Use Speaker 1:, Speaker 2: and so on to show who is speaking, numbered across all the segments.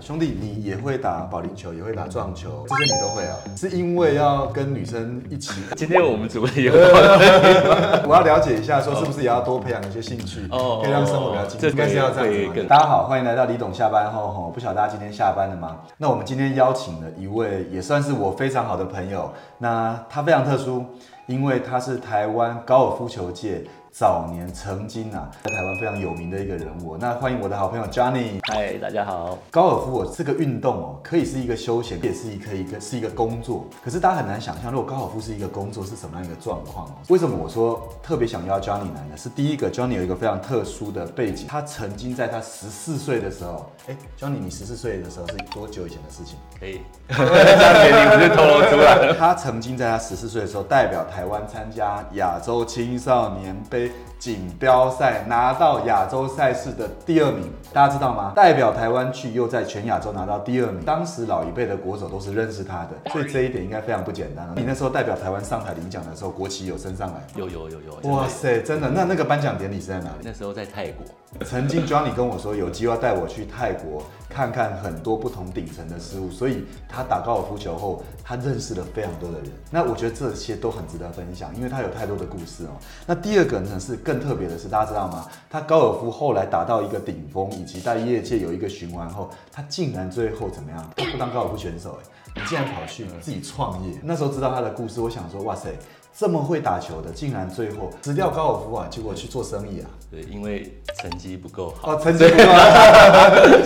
Speaker 1: 兄弟，你也会打保龄球，也会打撞球，这些你都会啊？是因为要跟女生一起？
Speaker 2: 今天我们主播也有讨论
Speaker 1: 我要了解一下，说是不是也要多培养一些兴趣，
Speaker 2: 哦
Speaker 1: 可以让生活比较精彩，
Speaker 2: 这
Speaker 1: 应该是要这
Speaker 2: 会
Speaker 1: 样子
Speaker 2: 更
Speaker 1: 嘛。大家好，欢迎来到李董下班后吼，不晓得大家今天下班了吗？那我们今天邀请了一位也算是我非常好的朋友，那他非常特殊，因为他是台湾高尔夫球界。早年曾经啊，在台湾非常有名的一个人物，那欢迎我的好朋友 Johnny。
Speaker 2: 嗨，哎大家好。
Speaker 1: 高尔夫哦，这个运动哦，可以是一个休闲，也是一个一个是一个工作。可是大家很难想象，如果高尔夫是一个工作，是什么样一个状况哦？为什么我说特别想要 Johnny 来呢？是第一个，Johnny 有一个非常特殊的背景，他曾经在他十四岁的时候，哎，Johnny，你十四岁的时候是多久以前的事情？
Speaker 2: 可以，这样年龄不是透露出来了。
Speaker 1: 他曾经在他十四岁的时候代表台湾参加亚洲青少年杯锦标赛，拿到亚洲赛事的第二名，大家知道吗？代表台湾去又在全亚洲拿到第二名，当时老一辈的国手都是认识他的，所以这一点应该非常不简单了。啊你那时候代表台湾上台领奖的时候，国旗有升上来。
Speaker 2: 有有有有。
Speaker 1: 哇
Speaker 2: 哇，
Speaker 1: 塞，真的！那那个颁奖典礼是在哪里？
Speaker 2: 那时候在泰国，
Speaker 1: 呃曾经 Johnny 跟我说有机会要带我去泰国看看很多不同顶层的事物，所以他打高尔夫球后，他认识了非常多的人。那我觉得这些都很值得分享，因为他有太多的故事哦。那第二个呢是更特别的是，大家知道吗？他高尔夫后来达到一个顶峰，以及在业界有一个循环后，他竟然最后怎么样？他不当高尔夫选手哎、你竟然跑去自己创业。那时候知道他的故事，我想说哇塞。这么会打球的，竟然最后辞掉高尔夫啊，结果去做生意啊！
Speaker 2: 对，因为成绩不够 好，
Speaker 1: 哦，曾经不错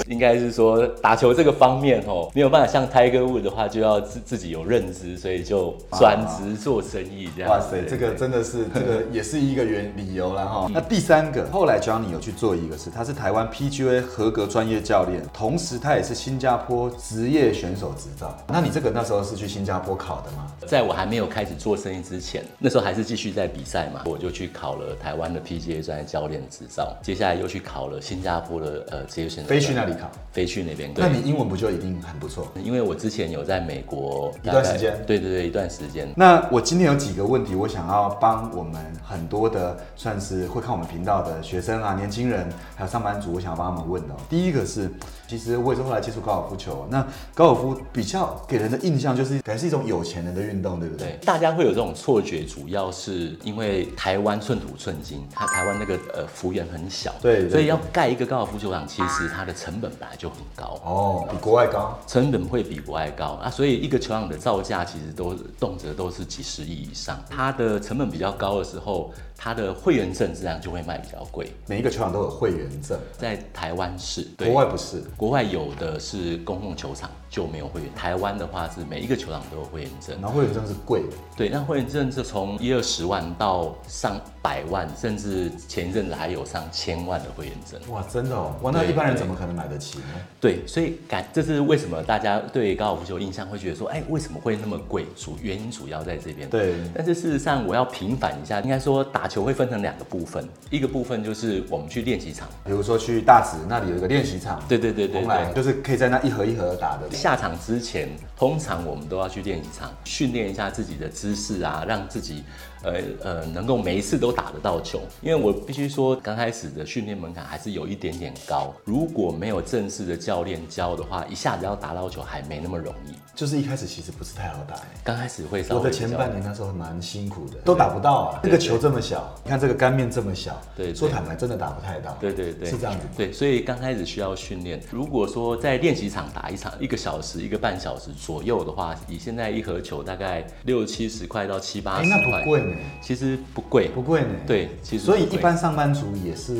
Speaker 2: 应该是说打球这个方面哦，没有办法像 Tiger Wood 的话，就要自自己有认知，所以就转职做生意这样。
Speaker 1: 哇塞，
Speaker 2: 对嗯
Speaker 1: 这个真的 是这个也是一个原理由了哈。那第三个，后来 Johnny 有去做一个是，他是台湾 PGA 合格专业教练，同时他也是新加坡职业选手执照。那你这个那时候是去新加坡考的吗？
Speaker 2: 在我还没有开始做生意之前，那时候还是继续在比赛嘛，我就去考了台湾的 PGA 专业教练执照，接下来又去考了新加坡的呃职业选手，
Speaker 1: 飞去那里考？
Speaker 2: 飞去那边。对
Speaker 1: 那你英文不就一定很不错？
Speaker 2: 因为我之前有在美国
Speaker 1: 一段
Speaker 2: 大概
Speaker 1: 时间
Speaker 2: 对对对，一段时间。
Speaker 1: 那我今天有几个问题，我想要帮我们很多的算是会看我们频道的学生啊、年轻人，还有上班族，我想要帮他们问的哦、第一个是，其实我也是后来接触高尔夫球，那高尔夫比较给人的印象就是，感觉是一种有钱人的运动，对不对？
Speaker 2: 对，大家会有这种错觉，主要是因为台湾寸土寸金，它台湾那个呃幅员很小，
Speaker 1: 对对
Speaker 2: 所以要盖一个高尔夫球场，其实它的成本本来就很高，
Speaker 1: 哦，比国外高。
Speaker 2: 成本会比国外高啊，所以一个球场的造价其实都动辄都是几十亿以上，它的成本比较高的时候，它的会员证自然就会卖比较贵，
Speaker 1: 每一个球场都有会员证，
Speaker 2: 在台湾是，对
Speaker 1: 国外不是。
Speaker 2: 国外有的是公共球场就没有会员，台湾的话是每一个球场都有会员证
Speaker 1: 然。后会员证是贵的，
Speaker 2: 对，那会员证是从一二十万到上百万，甚至前一阵子还有上千万的会员证。
Speaker 1: 哇，真的哦，哇，那
Speaker 2: 对
Speaker 1: 一般人怎么可能买得起呢？
Speaker 2: 对，所以感这是为什么大家对高尔夫球印象会觉得说，哎，为什么会那么贵？主原因主要在这边。
Speaker 1: 对
Speaker 2: 但是事实上，我要平反一下，应该说打球会分成两个部分，一个部分就是我们去练习场，
Speaker 1: 比如说去大直那里有一个练习场，
Speaker 2: 对对对对
Speaker 1: 红蓝
Speaker 2: 对。
Speaker 1: 就是可以在那一盒一盒打的，
Speaker 2: 下场之前，通常我们都要去练习场训练一下自己的姿势啊，让自己呃呃能够每一次都打得到球。因为我必须说，刚开始的训练门槛还是有一点点高，如果没有正式的教练教的话，一下子要打到球还没那么容易。
Speaker 1: 就是一开始其实不是太好打、欸。
Speaker 2: 刚开始会稍微
Speaker 1: 我的前
Speaker 2: 比较
Speaker 1: 半年那时候蛮辛苦的，都打不到啊。这
Speaker 2: 对
Speaker 1: 个球这么小，你看这个干面这么小，
Speaker 2: 对对
Speaker 1: 说坦白真的打不太到。
Speaker 2: 对对对，
Speaker 1: 是这样子。
Speaker 2: 对，所以刚开始需要训练。如果说在练习场打一场一个小时、一个半小时左右的话，以现在一盒球大概六七十块到七八
Speaker 1: 哎，
Speaker 2: 十
Speaker 1: 那
Speaker 2: 块，
Speaker 1: 不贵呢，
Speaker 2: 其实不贵，
Speaker 1: 不贵呢。
Speaker 2: 对其实
Speaker 1: 所以
Speaker 2: 不
Speaker 1: 一
Speaker 2: 贵
Speaker 1: 般上班族也是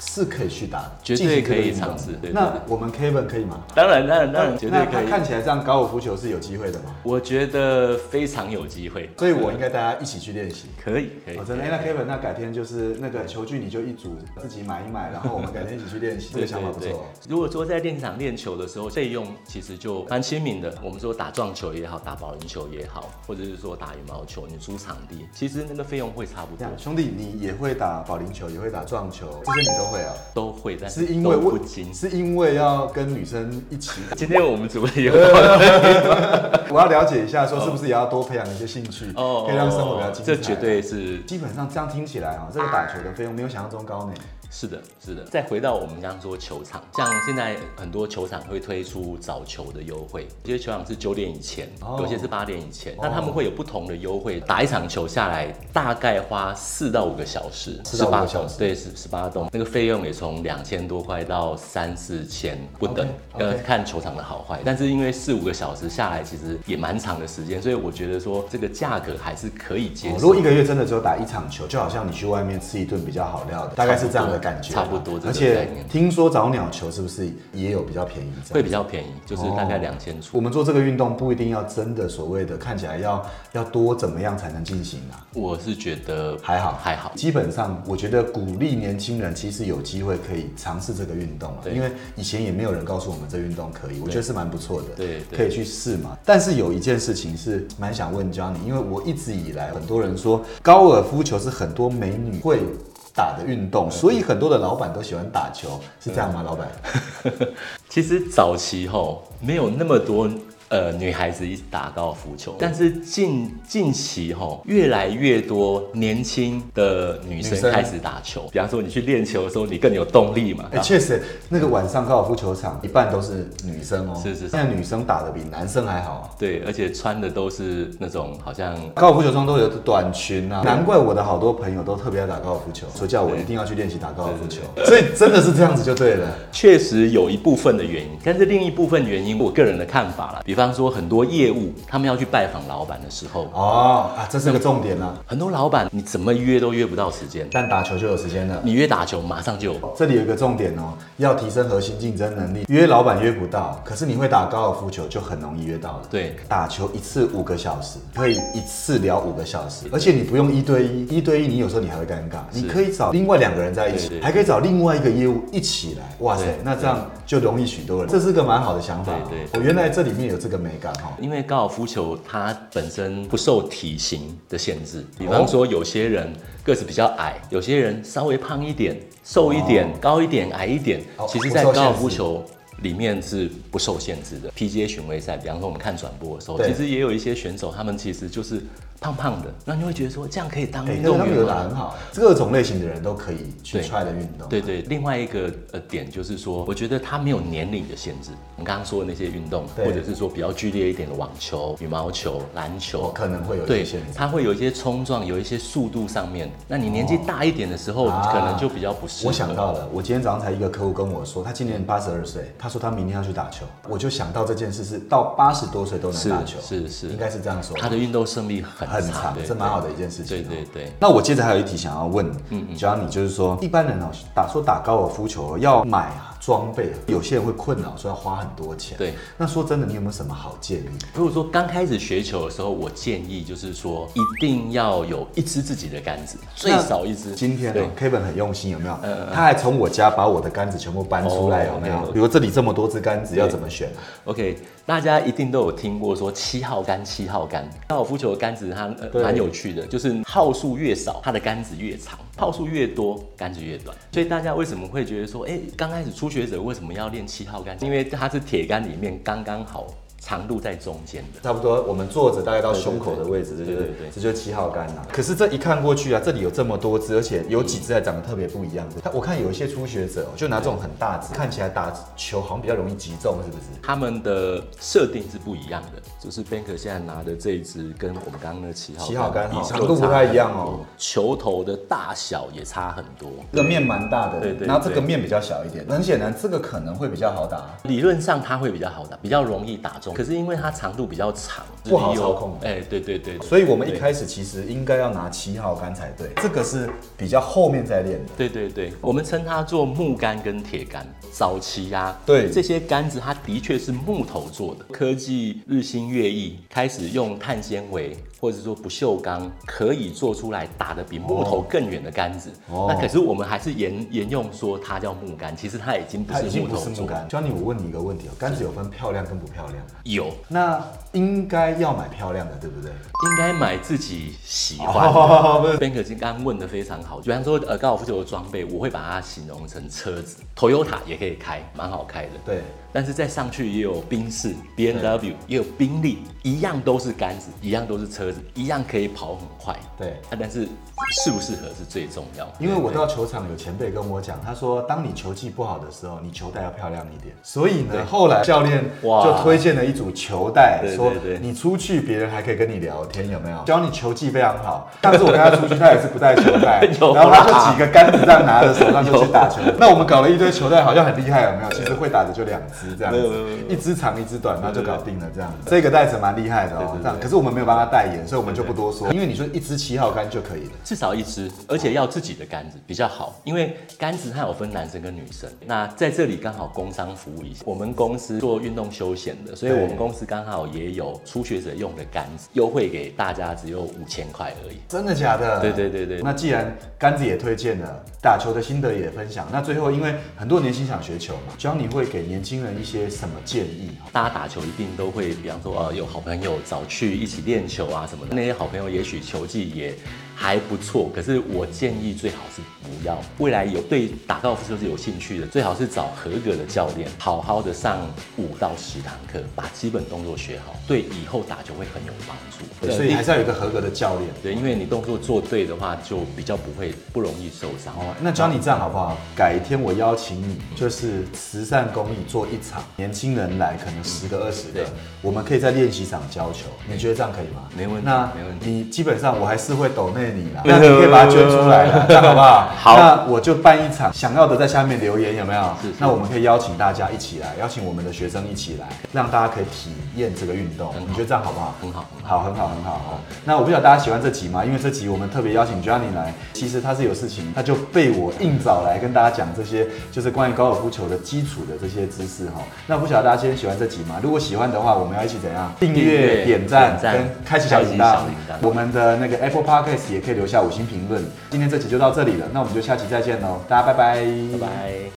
Speaker 1: 是可以去打的，
Speaker 2: 绝对
Speaker 1: 进行这个
Speaker 2: 可以
Speaker 1: 运动
Speaker 2: 尝试对对
Speaker 1: 那
Speaker 2: 对
Speaker 1: 我们 Kevin 可以吗？
Speaker 2: 当然当然当然绝对
Speaker 1: 那
Speaker 2: 可
Speaker 1: 他
Speaker 2: 以。
Speaker 1: 看起来这样高尔夫球是有机会的嘛？
Speaker 2: 我觉得非常有机会，
Speaker 1: 所以我应该大家一起去练习。
Speaker 2: 可以可以
Speaker 1: 哦，。真的，哎那 Kevin，那改天就是那个球具你就一组自己买一买，然后我们改天一起去练习，这
Speaker 2: 对
Speaker 1: 个想法
Speaker 2: 对
Speaker 1: 不错
Speaker 2: 对
Speaker 1: 哦。，
Speaker 2: 如果说在练习场练球的时候，费用其实就蛮亲民的。我们说打撞球也好，打保龄球也好，或者是说打羽毛球，你租场地，其实那个费用会差不
Speaker 1: 这
Speaker 2: 多
Speaker 1: 样，，兄弟，你也会打保龄球，也会打撞球，这些你都会啊？
Speaker 2: 都会，但
Speaker 1: 是因为
Speaker 2: 都
Speaker 1: 我
Speaker 2: 不精
Speaker 1: 是因为要跟女生一 起，
Speaker 2: 今天我们主播也 有讨论
Speaker 1: 我要了解一下，说是不是也要多培养一些兴趣，
Speaker 2: 哦，
Speaker 1: 可以让生活比较精彩。
Speaker 2: 这绝对是
Speaker 1: 基本上这样听起来啊、这个打球的费用没有想象中高呢。
Speaker 2: 是的，是的。再回到我们刚刚说球场，像现在很多球场会推出早球的优惠，有些球场是九点以前，
Speaker 1: 哦
Speaker 2: 有些是八点以前，那他们会有不同的优惠。打一场球下来大概花四到五个小时，
Speaker 1: 4到5个小时
Speaker 2: 18对，十十八洞，那个费用也从两千多块到三四千不等
Speaker 1: OK，OK
Speaker 2: 呃，看球场的好坏。但是因为四五个小时下来，其实也蛮长的时间，所以我觉得说这个价格还是可以接
Speaker 1: 哦
Speaker 2: 受。
Speaker 1: 如果一个月真的只有打一场球，就好像你去外面吃一顿比较好料的，大概是这样的感觉吧。
Speaker 2: 差不多这个
Speaker 1: 而且
Speaker 2: 概念
Speaker 1: 听说早鸟球是不是也有比较便宜这样？
Speaker 2: 会比较便宜，就是大
Speaker 1: 哦
Speaker 2: 概两千出
Speaker 1: 我。们做这个运动不一定要真的所谓的看起来要要多怎么样才能进行啊？
Speaker 2: 我是觉得
Speaker 1: 还好
Speaker 2: 还好。
Speaker 1: 基本上，我觉得鼓励年轻人其实有机会可以尝试这个运动了，
Speaker 2: 对
Speaker 1: 因为以前也没有人告诉我们这运动可以，我觉得是蛮不错的，
Speaker 2: 对对
Speaker 1: 可以去试嘛。但是有一件事情是蛮想问 Johnny，因为我一直以来很多人说高尔夫球是很多美女会。打的运动，所以很多的老板都喜欢打球，是这样吗？老板，
Speaker 2: 其实早期吼没有那么多呃女孩子一起打高尔夫球，但是近近期吼越来越多年轻的女
Speaker 1: 女
Speaker 2: 生
Speaker 1: 生
Speaker 2: 开始打球。比方说你去练球的时候，你更有动力嘛。
Speaker 1: 哎、确实，那个晚上高尔夫球场一半都是女生哦、
Speaker 2: 是是是
Speaker 1: 现在女生打的比男生还好啊。
Speaker 2: 对，而且穿的都是那种好像
Speaker 1: 高尔夫球装都有短裙啊，难怪我的好多朋友都特别爱打高尔夫球，说叫我一定要去练习打高尔夫球，所以真的是这样子就对了。
Speaker 2: 确实有一部分的原因，但是另一部分原因，我个人的看法啦，比方说很多业务他们要去拜访老板的时候，
Speaker 1: 哦啊，这是个重点啊，
Speaker 2: 很多老板你怎么约都约不到时间，
Speaker 1: 但打球就有时间了。
Speaker 2: 你约打球马上就有
Speaker 1: 这里有一个重点哦，要提升核心竞争能力。约老板约不到，可是你会打高尔夫球就很容易约到了。
Speaker 2: 对
Speaker 1: 打球一次五个小时，可以一次聊五个小时，而且你不用一对一，一对一你有时候你还会尴尬，你可以找另外两个人在一
Speaker 2: 对
Speaker 1: 起，
Speaker 2: 对
Speaker 1: 还可以找另外一个业务一起来，哇塞
Speaker 2: 对，
Speaker 1: 那这样就容易许多人，这是个蛮好的想法哦。
Speaker 2: 对对
Speaker 1: 我原来这里面有这个美感哈。
Speaker 2: 因为高尔夫球它本身不受体型的限制，比方说有些人个子比较矮，有些人稍微胖一点、瘦一点、高一点、矮一点
Speaker 1: 哦，
Speaker 2: 其实
Speaker 1: 不
Speaker 2: 在
Speaker 1: 受
Speaker 2: 高尔
Speaker 1: 限
Speaker 2: 夫
Speaker 1: 制
Speaker 2: 球。里面是不受限制的。PGA 巡回赛，比方说我们看转播的时候，
Speaker 1: 对
Speaker 2: 其实也有一些选手，他们其实就是胖胖的，那你会觉得说这样可以当
Speaker 1: 哎、
Speaker 2: 运
Speaker 1: 那
Speaker 2: 动
Speaker 1: 他们
Speaker 2: 员
Speaker 1: 有打
Speaker 2: 吗？
Speaker 1: 很好，各种类型的人都可以去
Speaker 2: 对
Speaker 1: try 的运动。
Speaker 2: 对对，另外一个呃点就是说，我觉得它没有年龄的限制。我们刚刚说的那些运动，
Speaker 1: 对
Speaker 2: 或者是说比较剧烈一点的网球、羽毛球、篮球
Speaker 1: 我，哦可能会有一
Speaker 2: 对
Speaker 1: 些限制，。
Speaker 2: 它会有一些冲撞，有一些速度上面。那你年纪大一点的时候，
Speaker 1: 哦啊
Speaker 2: 可能就比较不适合。
Speaker 1: 我想到了，我今天早上才一个客户跟我说，他今年八十二岁，他说他明天要去打球，我就想到这件事是到八十多岁都能
Speaker 2: 是
Speaker 1: 打球，
Speaker 2: 是是
Speaker 1: 应，该是这样说。
Speaker 2: 他的运动胜率很
Speaker 1: 很
Speaker 2: 长
Speaker 1: 长，
Speaker 2: 对，
Speaker 1: 这蛮好的一件事情、哦
Speaker 2: 对嗯对对。
Speaker 1: 那我接着还有一题想要问，只要你就是说，一般人哦，打说打高尔夫球要买啊装备啊，有些人会困扰说要花很多钱。
Speaker 2: 对，
Speaker 1: 那说真的，你有没有什么好建议？
Speaker 2: 如果说刚开始学球的时候，我建议就是说，一定要有一支自己的杆子，最少一支。
Speaker 1: 今天呢哦
Speaker 2: 对，呃
Speaker 1: ，Kevin 很用心，有没有？他还从我家把我的杆子全部搬出来，
Speaker 2: 哦
Speaker 1: 有没有？
Speaker 2: 对
Speaker 1: 比如这里这么多支杆子，要怎么选？
Speaker 2: OK，大家一定都有听过说七号杆，七号杆。高尔夫球的杆子它呃
Speaker 1: 对
Speaker 2: 蛮、有趣的，就是号数越少，它的杆子越长；号数越多，杆子越短。所以大家为什么会觉得说，哎、刚开始初学者为什么要练七号杆？因为它是铁杆里面刚刚好长度在中间的。
Speaker 1: 差不多，我们坐着大概到胸口的位置，这就
Speaker 2: 对对
Speaker 1: 是
Speaker 2: 对对对
Speaker 1: 这就是七号杆啦、可是这一看过去啊，这里有这么多只，而且有几只还长得特别不一样的。他我看有一些初学者、哦，就拿这种很大只，看起来打球好像比较容易击中，是不是？
Speaker 2: 他们的设定是不一样的，就是 Banker 现在拿的这一支跟我们刚刚的七号
Speaker 1: 七号杆哈
Speaker 2: 比就
Speaker 1: 长度不
Speaker 2: 差
Speaker 1: 太一
Speaker 2: 很
Speaker 1: 样
Speaker 2: 多
Speaker 1: 哦，
Speaker 2: 球头的大小也差很多。
Speaker 1: 这个面蛮大的，
Speaker 2: 对对
Speaker 1: 然后这
Speaker 2: 对
Speaker 1: 个面比较小一点。很显然，这个可能会比较好打、
Speaker 2: 理论上它会比较好打，比较容易打中。可是因为它长度比较长，
Speaker 1: 不好
Speaker 2: 就是有
Speaker 1: 操控
Speaker 2: 哎、对对对，
Speaker 1: 所以我们一
Speaker 2: 对
Speaker 1: 开始其实应该要拿七号杆才对，这个是比较后面再练的。
Speaker 2: 对对对，我们称它做木杆跟铁杆。早期啊，
Speaker 1: 对
Speaker 2: 这些杆子，它的确是木头做的。科技日新月异，开始用碳纤维或者说不锈钢，可以做出来打得比木头更远的杆子。
Speaker 1: 哦
Speaker 2: 那可是我们还是沿沿用说它叫木杆，其实它已经不
Speaker 1: 它
Speaker 2: 是
Speaker 1: 已经
Speaker 2: 木
Speaker 1: 不
Speaker 2: 头
Speaker 1: 是木
Speaker 2: 做的。
Speaker 1: 杆。Johnny，我问你一个问题哦，杆子有分漂亮跟不漂亮，
Speaker 2: 有，
Speaker 1: 那应该要买漂亮的，对不对？
Speaker 2: 应该买自己喜欢的。
Speaker 1: 哦，
Speaker 2: Banker 今刚刚问的非常好，比方说呃高尔夫球的装备，我会把它形容成车子，Toyota 也可以开，蛮好开的。
Speaker 1: 对，
Speaker 2: 但是再上去也有宾士、B
Speaker 1: 嗯
Speaker 2: N W，也有宾利，一样都是杆子，一样都是车子，一样可以跑很快。
Speaker 1: 对
Speaker 2: 啊，但是适不适合是最重要的。
Speaker 1: 因为我
Speaker 2: 对
Speaker 1: 到球场有前辈跟我讲，他说当你球技不好的时候，你球带要漂亮一点。所以呢，后来教练
Speaker 2: 哇
Speaker 1: 就推荐了一组球带，
Speaker 2: 对
Speaker 1: 说
Speaker 2: 对对
Speaker 1: 你出去别人还可以跟你聊天，有没有？教你球技非常好。上次我跟他出去，他也是不带球带
Speaker 2: 有，啊
Speaker 1: 然后他就几个杆子这样拿着手上就去打球。 那我们搞了一堆球带，好像很厉害，有没有？其实会打的就两只这样
Speaker 2: 没有
Speaker 1: 子
Speaker 2: 没有没有，
Speaker 1: 一只长一只短，然后就搞定了这样子。这个带子蛮厉害的哦，这样。可是我们没有帮他代言，所以我们就不多说，因为你说一支七号杆就可以了。
Speaker 2: 至少一支，而且要自己的杆子比较好，因为杆子它有分男生跟女生。那在这里刚好工商服务一下，我们公司做运动休闲的，所以
Speaker 1: 对
Speaker 2: 我们公司刚好也有初学者用的杆子，优惠给大家只有五千块而已。
Speaker 1: 真的假的？
Speaker 2: 对对对对
Speaker 1: 那既然杆子也推荐了，打球的心得也分享，那最后因为很多年轻想学球嘛，教你会给年轻人一些什么建议？
Speaker 2: 大家打球一定都会，比方说呃有好朋友找去一起练球啊什么的，那些好朋友也许球技也还不错，可是我建议最好是不要。未来有对打高尔夫球是有兴趣的，最好是找合格的教练，好好的上五到十堂课，把基本动作学好，对以后打球会很有帮助。
Speaker 1: 对所以还是要有一个合格的教练。
Speaker 2: 对，因为你动作做对的话，就比较不会不容易受伤。
Speaker 1: 哦，那教你这样好不好？改天我邀请你，就是慈善公益做一场，年轻人来可能十个二十个
Speaker 2: 对，
Speaker 1: 我们可以在练习场教球，你觉得这样可以吗？
Speaker 2: 没问题
Speaker 1: 那
Speaker 2: 没问题
Speaker 1: 你基本上我还是会抖内你啦，
Speaker 2: 没
Speaker 1: 那
Speaker 2: 有
Speaker 1: 你可以把它捐出来 啦，这样好不好？
Speaker 2: 好
Speaker 1: 那我就办一场，想要的在下面留言有没有？
Speaker 2: 是是
Speaker 1: 那我们可以邀请大家一起来，邀请我们的学生一起来，让大家可以体验这个运动，
Speaker 2: 很好
Speaker 1: 你觉得这样好不好？
Speaker 2: 很好很
Speaker 1: 好，很好，很好哦。那我不晓得大家喜欢这集吗？因为这集我们特别邀请 Johnny 来，其实他是有事情，他就被我硬找来跟大家讲这些，就是关于高尔夫球的基础的这些知识哈、那不晓得大家今天喜欢这集吗？如果喜欢的话，我们要一起怎样？订
Speaker 2: 订
Speaker 1: 阅、
Speaker 2: 阅
Speaker 1: 点赞
Speaker 2: 点、赞
Speaker 1: 跟开启小
Speaker 2: 开启
Speaker 1: 铃铛
Speaker 2: 小铃铛。
Speaker 1: 我们的那个 Apple Podcast 也可以留下五星评论。今天这集就到这里了，那我们就下期再见喽，大家拜拜，拜
Speaker 2: 拜拜。